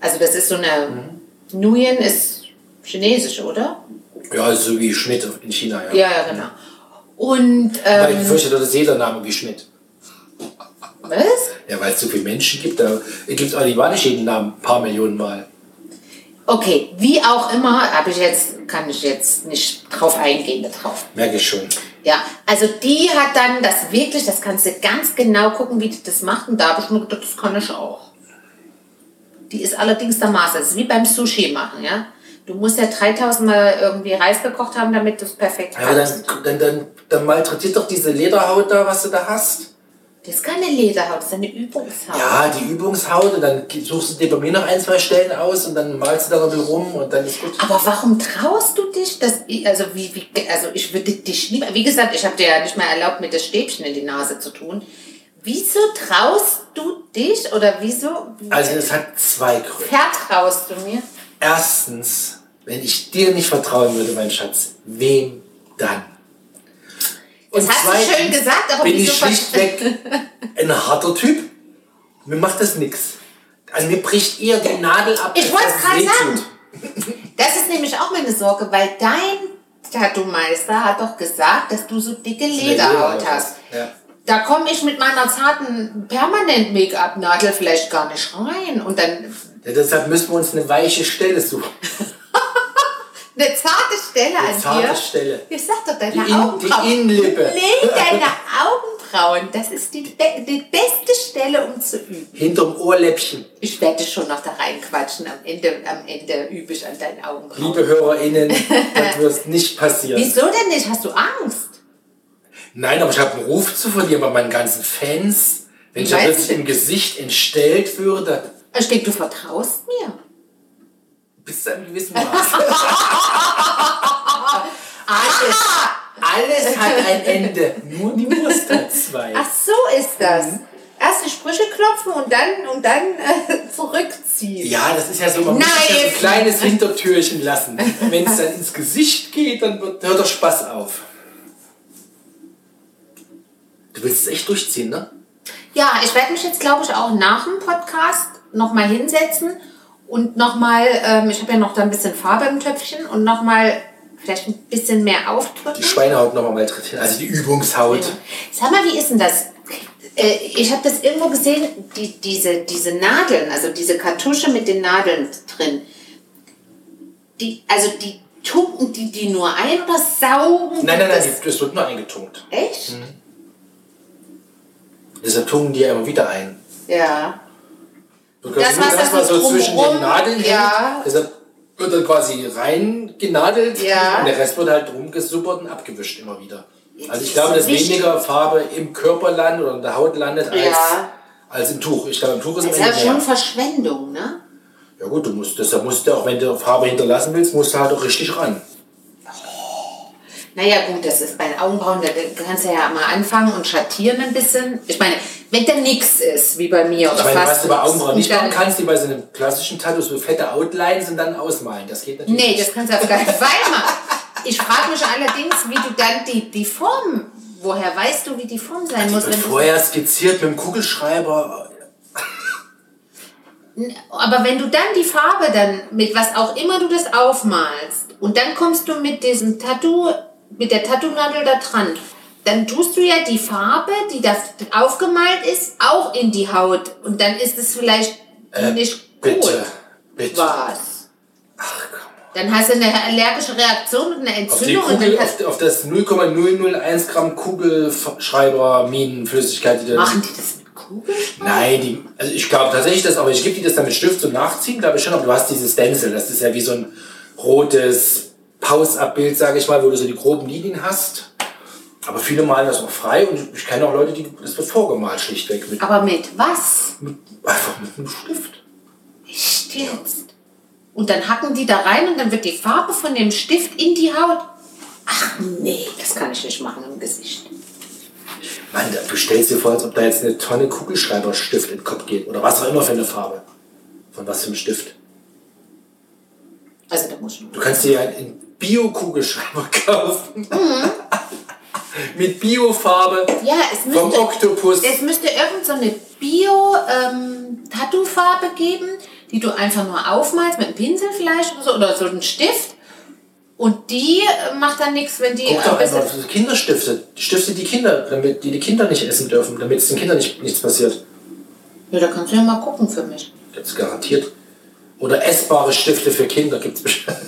S1: Also das ist so eine... Nguyen ist chinesisch, oder?
S2: Ja, so wie Schmidt in China, ja.
S1: Ja, ja, genau. Und,
S2: Weil ich
S1: ähm,
S2: fürchte, das ist jeder Name wie Schmidt.
S1: was?
S2: Ja, weil es so viele Menschen gibt, da gibt es auch die nicht jeden Namen ein paar Millionen Mal.
S1: Okay, wie auch immer, habe ich jetzt, kann ich jetzt nicht drauf eingehen da drauf.
S2: Merke ich schon.
S1: Ja, also die hat dann das wirklich, das kannst du ganz genau gucken, wie die das macht. Und da habe ich mir gedacht, das kann ich auch. Die ist allerdings der Maß. Das ist wie beim Sushi machen, ja. Du musst ja 3000 Mal irgendwie Reis gekocht haben, damit du es perfekt
S2: Ja, aber
S1: hast.
S2: dann, dann, dann, dann malträtiert doch diese Lederhaut da, was du da hast.
S1: Das ist keine Lederhaut, das ist eine Übungshaut.
S2: Ja, die Übungshaut und dann suchst du dir bei mir noch ein, zwei Stellen aus und dann malst du da noch ein bisschen rum und dann ist gut.
S1: Aber warum traust du dich, dass ich, also wie, wie also ich würde dich nie, wie gesagt, ich habe dir ja nicht mal erlaubt, mir das Stäbchen in die Nase zu tun. Wieso traust du dich oder wieso
S2: Also es hat zwei Gründe.
S1: vertraust du mir?
S2: Erstens, wenn ich dir nicht vertrauen würde, mein Schatz, wem dann?
S1: Das hast du schön gesagt, aber
S2: bin
S1: wieso
S2: ich
S1: ver-
S2: schlichtweg ein harter Typ. Mir macht das nix. An mir bricht eher die Nadel ab.
S1: Ich
S2: als
S1: wollt's
S2: dass es
S1: grad
S2: weh
S1: sagen.
S2: tut.
S1: Das ist nämlich auch meine Sorge, weil dein Tattoo-Meister hat doch gesagt, dass du so dicke Lederhaut hast.
S2: Ja.
S1: Da komme ich mit meiner zarten permanent Make-up-Nadel vielleicht gar nicht rein und dann
S2: Ja, deshalb müssen wir uns eine weiche Stelle suchen.
S1: eine zarte Stelle
S2: Eine
S1: an
S2: zarte
S1: dir.
S2: Stelle.
S1: Ich sag doch, deine
S2: Die In- die
S1: Augenbrauen.
S2: Innenlippe. [LAUGHS]
S1: Nee, deine Augenbrauen. Das ist die, be die beste Stelle, um zu üben.
S2: Hinterm Ohrläppchen.
S1: Ich werde schon noch da reinquatschen. Am Ende, am Ende übe ich an deinen Augenbrauen. [LAUGHS]
S2: Liebe HörerInnen, das wird nicht passieren.
S1: Genau. Wieso denn nicht? Hast du Angst?
S2: Nein, aber ich habe einen Ruf zu verlieren bei meinen ganzen Fans. Wenn ich da
S1: Weißt
S2: plötzlich
S1: du-
S2: im Gesicht entstellt würde,
S1: Ich denke, du vertraust mir.
S2: bis zu einem gewissen Maß.
S1: [LAUGHS]
S2: alles,
S1: Ah!
S2: alles hat ein Ende. Nur die Wurst hat zwei.
S1: Ach, so ist das.
S2: Mhm.
S1: Erst die Sprüche klopfen und dann, und dann äh, [LAUGHS] zurückziehen.
S2: Ja, das ist ja so, man muss
S1: Nein.
S2: sich ja so ein kleines Hintertürchen lassen. Wenn es dann ins Gesicht geht, dann wird, hört der Spaß auf. Du willst es echt durchziehen, ne?
S1: Ja, ich werde mich jetzt, glaube ich, auch nach dem Podcast nochmal hinsetzen und nochmal, ähm, ich habe ja noch da ein bisschen Farbe im Töpfchen und nochmal vielleicht ein bisschen mehr aufdrücken.
S2: Die Schweinehaut nochmal malträtieren, also die Übungshaut.
S1: Sag mal, wie ist denn das? Äh, ich habe das irgendwo gesehen, die, diese, diese Nadeln, also diese Kartusche mit den Nadeln drin. Die, also die tunken die die nur ein oder saugen?
S2: Nein, nein, Mhm. nein,
S1: Das,
S2: es wird nur eingetunkt.
S1: echt?
S2: Deshalb tungen die ja immer wieder ein.
S1: Ja.
S2: Du
S1: Das,
S2: kannst nur
S1: was
S2: das
S1: da
S2: mal
S1: so
S2: so zwischen
S1: drumrum-
S2: den Nadeln
S1: ja.
S2: hängt. Deshalb wird dann quasi reingenadelt
S1: Ja.
S2: und der Rest wird halt rumgesuppert und abgewischt immer wieder. Also ich
S1: ist
S2: glaube, dass
S1: wichtig.
S2: weniger Farbe im Körper landet oder in der Haut landet als,
S1: Ja.
S2: als im Tuch. Ich glaube, im Tuch ist
S1: Das
S2: es
S1: ist ja schon
S2: mehr.
S1: Verschwendung, ne?
S2: Ja gut, du musst, deshalb musst du auch, wenn du Farbe hinterlassen willst, musst du halt auch richtig ran.
S1: Naja, gut, das ist bei den Augenbrauen, da kannst du ja mal anfangen und schattieren ein bisschen. Ich meine, wenn da nichts ist, wie bei mir oder
S2: Ich meine, was
S1: fast
S2: du bei
S1: nix,
S2: Augenbrauen
S1: und
S2: nicht machen
S1: dann-
S2: kannst, die bei so einem klassischen Tattoo so fette Outlines und dann ausmalen. Das geht natürlich
S1: Nee,
S2: nicht.
S1: das kannst du auf keinen Fall machen. Ich frage mich allerdings, wie du dann die, die Form, woher weißt du, wie die Form sein muss?
S2: wird
S1: Wenn du,
S2: vorher skizziert mit dem Kugelschreiber
S1: aber wenn du dann die Farbe dann, mit was auch immer du das aufmalst, und dann kommst du mit diesem Tattoo, mit der Tattoo-Nadel da dran, dann tust du ja die Farbe, die da aufgemalt ist, auch in die Haut. Und
S2: Äh,
S1: dann ist es vielleicht nicht gut.
S2: Bitte. Bitte.
S1: Was?
S2: Ach komm.
S1: Dann hast du eine allergische Reaktion und eine
S2: Auf die
S1: Entzündung und
S2: Kugel,
S1: dann hast,
S2: auf, auf das 0,001 Gramm Kugelschreiber-Minenflüssigkeit, die da
S1: machen die das mit Kugeln?
S2: Nein, die, also ich glaube tatsächlich, dass, aber ich gebe die das dann mit Stift zum Nachziehen, glaube ich schon, aber du hast dieses Stencil, das ist ja wie so ein rotes Pausabbild, sage ich mal, wo du so die groben Linien hast. Aber viele malen das auch frei und ich kenne auch Leute, die das wird vorgemalt schlichtweg mit,
S1: Aber mit was?
S2: mit einfach mit einem Stift.
S1: Echt jetzt? Und dann hacken die da rein und dann wird die Farbe von dem Stift in die Haut. Ach nee, das kann ich nicht machen im Gesicht.
S2: Mann, da- du stellst dir vor, als ob da jetzt eine Tonne Kugelschreiberstift in den Kopf geht oder was auch immer für eine Farbe. Von was für einem Stift.
S1: Also da muss ich
S2: Du kannst dir ja einen Bio-Kugelschreiber [LAUGHS] kaufen. mit Biofarbe.
S1: Ja, es
S2: Vom
S1: müsste,
S2: Oktopus.
S1: es müsste irgend so eine Bio-Tattoo-Farbe geben, die du einfach nur aufmalst mit einem Pinsel vielleicht oder so, oder so einen Stift. Und die äh, macht dann nichts, wenn die äh,
S2: Guck
S1: ein
S2: doch
S1: bisschen-
S2: einfach, das Kinderstifte. Stifte die Kinder, damit die die Kinder nicht essen dürfen, damit es den Kindern nicht, nichts passiert.
S1: Ja, da kannst du ja mal gucken für mich.
S2: Jetzt garantiert. Oder essbare Stifte für Kinder gibt es bestimmt. [LAUGHS]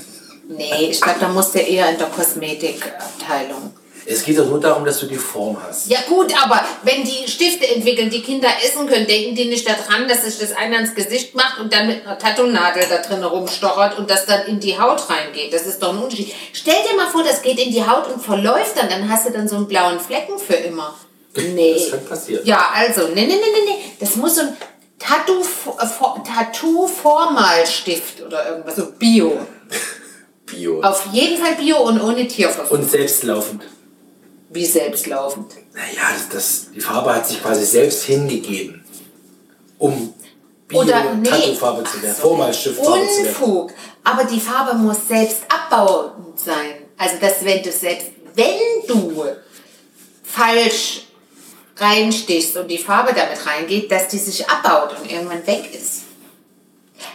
S1: Nee, ich glaube, da musst du eher in der Kosmetikabteilung.
S2: Es geht doch nur darum, dass du die Form hast.
S1: Ja gut, aber wenn die Stifte entwickeln, die Kinder essen können, denken die nicht daran, dass sich das einer ins Gesicht macht und dann mit einer Tattoo-Nadel da drin rumstochert und das dann in die Haut reingeht. Das ist doch ein Unterschied. Stell dir mal vor, das geht in die Haut und verläuft dann, dann hast du dann so einen blauen Flecken für immer. Nee.
S2: Das kann passieren.
S1: Ja, also, nee, nee, nee, nee, nee. Das muss so ein Tattoo- äh, For- Tattoo-Formalstift oder irgendwas, so Bio.
S3: Bio.
S1: Auf jeden Fall Bio und ohne Tierversuch.
S2: Und selbstlaufend.
S1: Wie selbstlaufend.
S2: Naja, das, das, die Farbe hat sich quasi selbst hingegeben, um
S1: Oder nee.
S2: Bio-Tattoo-Farbe zu werden, Vormalstiftfarbe zu werden.
S1: Unfug. Aber die Farbe muss selbst abbauend sein. Also das, wenn du selbst, wenn du falsch reinstichst und die Farbe damit reingeht, dass die sich abbaut und irgendwann weg ist.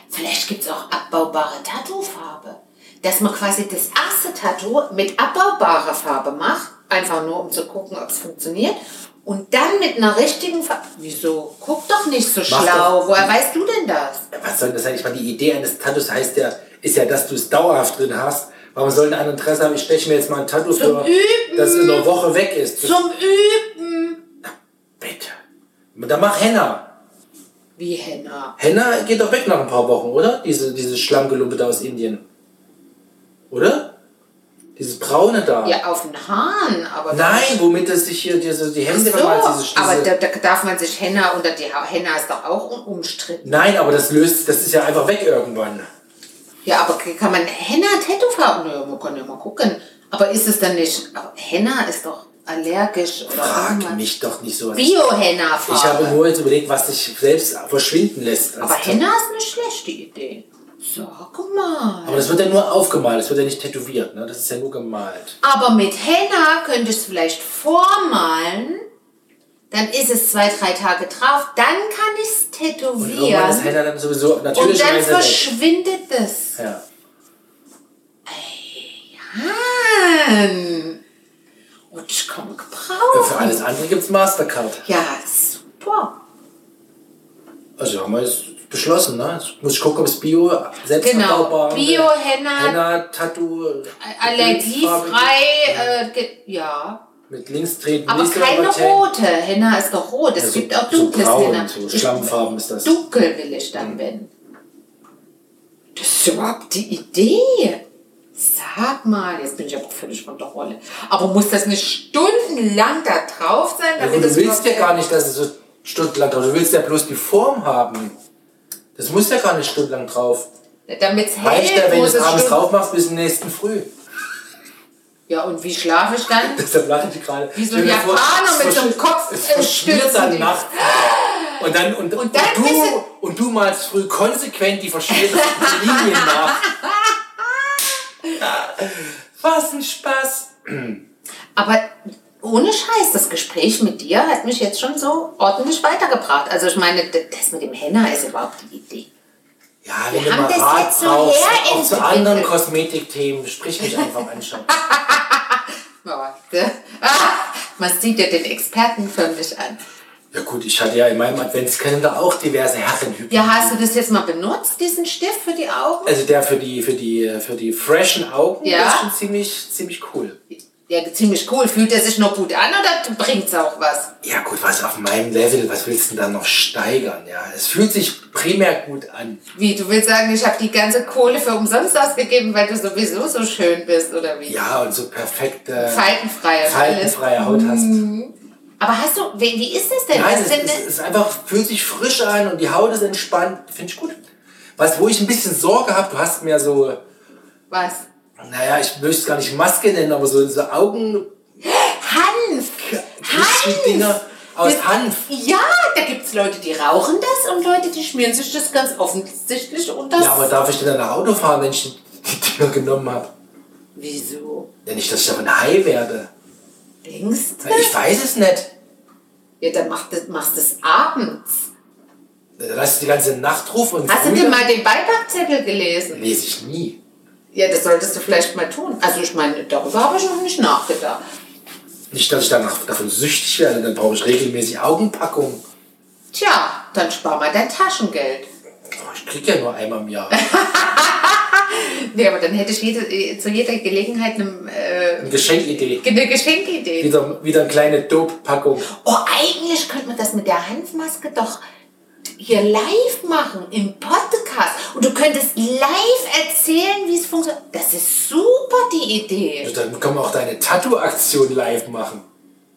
S1: Vielleicht gibt es auch abbaubare Tattoofarbe. Dass man quasi das erste Tattoo mit abbaubarer Farbe macht, einfach nur um zu gucken, ob es funktioniert. Und dann mit einer richtigen Farbe. Wieso? Guck doch nicht so
S2: Mach
S1: schlau.
S2: doch-
S1: Woher weißt du denn das?
S2: Was soll das eigentlich? Ich meine, die Idee eines Tattoos heißt ja, ist ja, dass du es dauerhaft drin hast. Warum soll denn ein Interesse haben, ich steche mir jetzt mal ein Tattoo für,
S1: Üben.
S2: das in einer Woche weg ist? Das-
S1: Zum Üben.
S2: Bitte. Dann mach Henna.
S1: Wie Henna.
S2: Henna geht doch weg nach ein paar Wochen, oder? Diese, dieses Schlammgelumpe da aus Indien. Oder? Dieses braune da.
S1: Ja, auf den Haaren, aber.
S2: Nein, womit es sich hier diese, die Hände
S1: so,
S2: vermalt, diese, diese,
S1: aber da, da darf man sich Henna unter die ha Henna ist doch auch un- umstritten.
S2: Nein, aber das löst, das ist ja einfach weg irgendwann.
S1: Ja, aber kann man Henna Tattoo farben? Naja, man kann ja mal gucken. Aber ist es dann nicht. Aber Henna ist doch allergisch oder
S2: Frag
S1: irgendwas.
S2: mich doch nicht sowas.
S1: Bio-Henna farben.
S2: Ich habe nur jetzt überlegt, was sich selbst verschwinden lässt. als
S1: aber Henna ist eine schlechte Idee. Sag mal.
S2: Aber das wird ja nur aufgemalt, das wird ja nicht tätowiert, ne? Das ist ja nur gemalt.
S1: Aber mit Henna könnte es vielleicht vormalen. Dann ist es zwei, drei Tage drauf. Dann kann ich es
S2: Und irgendwann ist
S1: tätowieren.
S2: Henna dann sowieso
S1: Und,
S2: natürlich
S1: dann
S2: weg.
S1: verschwindet es.
S2: Ja.
S1: Mann. Und ich kann
S2: Und für
S1: gebrauchen.
S2: alles andere gibt's Mastercard.
S1: Ja, super.
S2: Also haben wir jetzt beschlossen, ne? Jetzt muss ich gucken, ob es Bio, selbst
S1: Genau.
S2: abbaubar-
S1: Bio, Henna-
S2: Henna, Tattoo,
S1: Allergiefrei, äh, ge- ja.
S2: mit links treten,
S1: Aber
S2: links
S1: keine
S2: aber tank.
S1: rote. Henna ist doch rot. Es
S2: Ja, so-
S1: gibt auch
S2: so
S1: dunkles
S2: braun,
S1: Henna.
S2: So
S1: Ich-
S2: Schlammfarben ist das. Mhm.
S1: dunkel will ich dann werden. Das ist überhaupt die Idee. Sag mal, jetzt bin ich aber völlig von der Rolle. Aber muss das nicht stundenlang da drauf sein,
S2: Ja, gut,
S1: das
S2: Also du willst ja
S1: überhaupt-
S2: gar nicht, dass es so stundenlang drauf ist. Du willst ja bloß die Form haben. Das muss ja gar nicht stundenlang drauf.
S1: Damit es
S2: Reicht ja,
S1: hell
S2: wenn du
S1: muss
S2: es
S1: es
S2: abends
S1: stunden-
S2: drauf machst, bis zum nächsten Früh. [LAUGHS]
S1: Ja, und wie schlafe ich dann?
S2: Deshalb lache ich gerade.
S1: Wie so
S2: Stell
S1: ein
S2: dir vor,
S1: Japaner mit
S2: es
S1: so einem
S2: versch- Es verschwirrt
S1: Kopfstützen.
S2: dann nachts. Und dann, und,
S1: Und dann
S2: und,
S1: bist
S2: du, und du malst früh konsequent
S1: [LAUGHS]
S2: die verschwirrten Linien nach. Was ein Spaß.
S1: Aber ohne Scheiß, das Gespräch mit dir hat mich jetzt schon so ordentlich weitergebracht. Also ich meine, das mit dem Henna ist überhaupt die Idee.
S2: Ja, wenn
S1: Wir
S2: du
S1: haben
S2: mal
S1: das
S2: Rat
S1: jetzt so
S2: brauchst,
S1: her
S2: auch zu
S1: entwickelt.
S2: anderen Kosmetikthemen, sprich mich einfach an. Schatz.
S1: Ja, gell? Ah, man sieht ja den Experten förmlich an.
S2: Ja gut, ich hatte ja in meinem Adventskalender auch diverse Herrenhypnosen.
S1: Ja, hast du das jetzt mal benutzt, diesen Stift für die Augen?
S2: Also der für die, für die, für die freshen Augen
S1: Ja.
S2: ist schon ziemlich, ziemlich cool.
S1: Ja, ziemlich cool. Fühlt er sich noch gut an oder bringt's auch was?
S2: Ja gut, was auf meinem Level, was willst du denn da noch steigern? Ja, es fühlt sich primär gut an.
S1: Wie, du willst sagen, ich habe die ganze Kohle für umsonst ausgegeben, weil du sowieso so schön bist, oder wie?
S2: Ja, und so perfekte
S1: Faltenfrei und alles.
S2: faltenfreie Haut hast.
S1: Aber hast du, wie, wie ist das denn?
S2: Nein,
S1: Was
S2: es,
S1: sind
S2: es, es
S1: denn-
S2: ist einfach, fühlt sich frisch an und die Haut ist entspannt. Finde ich gut. Was, wo ich ein bisschen Sorge habe, du hast mir so,
S1: was?
S2: naja, ich möchte es gar nicht Maske nennen, aber so, so Augen,
S1: Hanf!
S2: Dinger aus Hanf.
S1: Ja, da gibt's Leute, die rauchen das und Leute, die schmieren sich das ganz offensichtlich unter.
S2: Ja, aber darf ich denn dann nach Auto fahren, wenn ich die Dinger genommen habe?
S1: Wieso?
S2: Ja, nicht, dass ich davon high werde.
S1: Denkst du?
S2: Ich weiß es nicht.
S1: Ja, dann mach das, machst du es abends.
S2: Dann lass ich die ganze Nacht rufen und
S1: Hast du
S2: früh
S1: dir
S2: dann-
S1: mal den Beipackzettel gelesen?
S2: Lese ich nie.
S1: Ja, das solltest du vielleicht mal tun. Also ich meine, darüber habe ich noch nicht nachgedacht.
S2: Nicht, dass ich danach davon süchtig werde, dann brauche ich regelmäßig Augenpackungen.
S1: Tja, dann spar mal dein Taschengeld.
S2: Oh, ich krieg ja nur einmal im Jahr.
S1: Nee, aber dann hätte ich jede, zu jeder Gelegenheit eine, äh,
S2: Eine Geschenkidee.
S1: eine Geschenkidee.
S2: Wieder, wieder eine kleine Dope-Packung.
S1: Oh, eigentlich könnte man das mit der Hanfmaske doch hier live machen im Podcast. Und du könntest live erzählen, wie es funktioniert. Das ist super, die Idee.
S2: Also dann können wir auch deine Tattoo-Aktion live machen.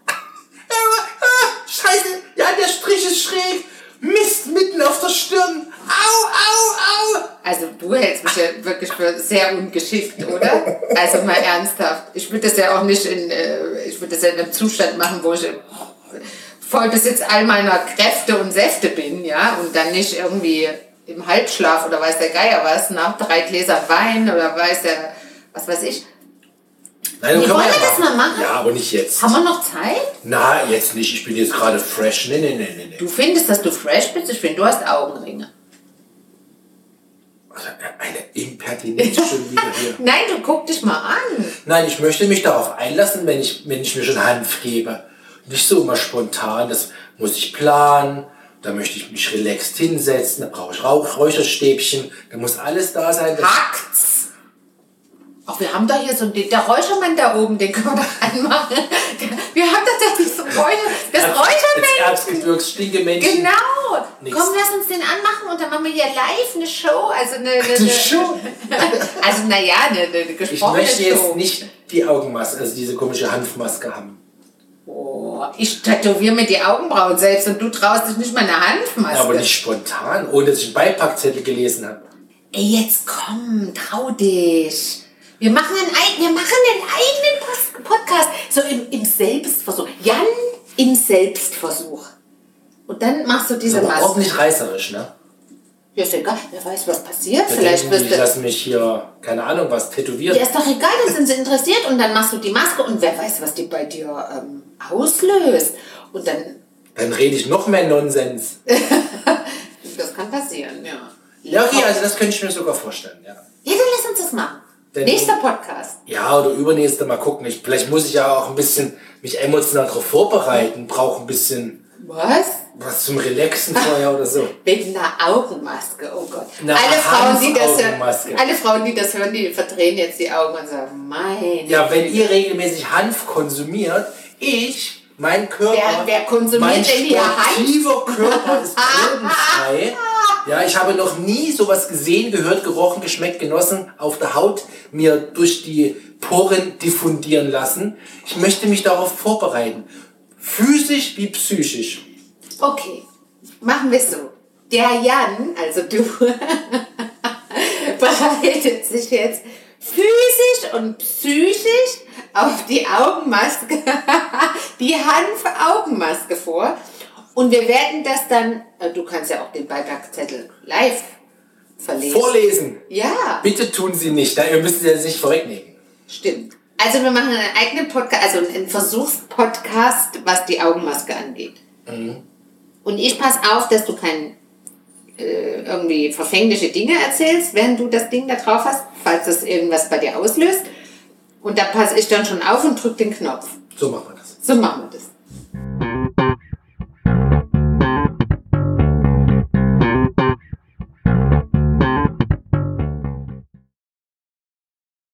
S2: [LAUGHS] Scheiße, ja, der Strich ist schräg. Mist mitten auf der Stirn. Au, au, au.
S1: Also du hältst mich ja wirklich für sehr ungeschickt, oder? Also mal ernsthaft. Ich würde das ja auch nicht in, äh, ich würde das ja in einem Zustand machen, wo ich im Vollbesitz all meiner Kräfte und Säfte bin, ja, und dann nicht irgendwie im Halbschlaf oder weiß der Geier was, nach drei Gläsern Wein oder weiß der, was weiß ich.
S2: Nein,
S1: Wir
S2: können
S1: wollen
S2: ja
S1: das mal machen.
S2: Ja, aber nicht jetzt.
S1: Haben wir noch Zeit?
S2: Na, jetzt nicht. Ich bin jetzt gerade fresh. Nee, nee, nee, nee, nee.
S1: Du findest, dass du fresh bist? Ich finde, du hast Augenringe.
S2: Also, Eine
S1: [LAUGHS]
S2: Impertinenz schon wieder hier.
S1: Nein, du guck dich mal an.
S2: Nein, ich möchte mich darauf einlassen, wenn ich, wenn ich mir schon Hanf gebe. Nicht so immer spontan, das muss ich planen, da möchte ich mich relaxed hinsetzen, da brauche ich Rauch, Räucherstäbchen, da muss alles da sein. Das,
S1: Hackt's! Ach, wir haben da hier so einen, der Räuchermann da oben, den können wir doch anmachen. Wir haben tatsächlich so ein Räucher, das
S2: Das
S1: Räuchermännchen.
S2: Erzgebirgs Stinkemännchen.
S1: Genau.
S2: Nix.
S1: Komm, lass uns den anmachen und dann machen wir hier live eine Show. Also eine, eine,
S2: Die Show.
S1: [LAUGHS] Also naja, eine, eine, eine
S2: Ich
S1: gesprochene
S2: möchte
S1: Show.
S2: jetzt nicht die Augenmaske, also diese komische Hanfmaske haben.
S1: Oh, ich tätowiere mir die Augenbrauen selbst und du traust dich nicht mal eine Handmaske.
S2: Aber nicht spontan, ohne dass ich einen Beipackzettel gelesen habe.
S1: Ey, jetzt komm, trau dich. Wir machen einen, ei- wir machen einen eigenen Pos- Podcast. So im, im Selbstversuch. Jan im Selbstversuch. Und dann machst du diese
S2: Aber
S1: Maske.
S2: ordentlich reißerisch, ne?
S1: Ja, ist egal. Wer weiß, was passiert.
S2: Da
S1: Vielleicht
S2: denken die,
S1: wirst
S2: Ich
S1: du...
S2: lasse mich hier, keine Ahnung, was tätowieren.
S1: Ja, ist doch egal, dann sind sie interessiert und dann machst du die Maske und wer weiß, was die bei dir ähm, auslöst. Und dann, [LAUGHS]
S2: Dann rede ich noch mehr Nonsens.
S1: das kann passieren, ja.
S2: Ja, okay, also das könnte ich mir sogar vorstellen, ja.
S1: Ja, dann lass uns das machen.
S2: Denn-
S1: Nächster Podcast.
S2: Ja, oder übernächste Mal gucken. Ich, vielleicht muss ich ja auch ein bisschen mich emotional darauf vorbereiten, brauche ein bisschen
S1: Was?
S2: was zum Relaxen vorher oder so.
S1: Wegen einer Augenmaske, oh Gott.
S2: Eine
S1: alle, Frauen, die das hören,
S2: Hanf-Augenmaske.
S1: alle Frauen, die das hören, die verdrehen jetzt die Augen und sagen, mein.
S2: Ja, wenn ihr regelmäßig Hanf konsumiert, ich, mein Körper,
S1: Wer- wer konsumiert
S2: mein
S1: denn hier Hanf?
S2: sportiver
S1: [LAUGHS]
S2: Körper ist drogenfrei. Ja, ich habe noch nie sowas gesehen, gehört, gerochen, geschmeckt, genossen, auf der Haut mir durch die Poren diffundieren lassen. Ich möchte mich darauf vorbereiten. Physisch wie psychisch.
S1: Okay, machen wir es so. Der Jan, also du, [LAUGHS] bereitet sich jetzt physisch und psychisch auf die Augenmaske, [LAUGHS] die Hanf-Augenmaske vor. Und wir werden das dann, äh, du kannst ja auch den Beipackzettel live verlesen.
S2: Vorlesen.
S1: ja.
S2: Bitte tun Sie nicht. Nein, Ihr müsst es jetzt nicht vorwegnehmen.
S1: Stimmt. Also wir machen einen eigenen Podcast, also einen Versuchspodcast, was die Augenmaske angeht. Und ich pass auf, dass du kein äh, irgendwie verfängliche Dinge erzählst, während du das Ding da drauf hast, falls das irgendwas bei dir auslöst. Und da passe ich dann schon auf und drück den Knopf.
S2: So machen wir das.
S1: So machen wir das.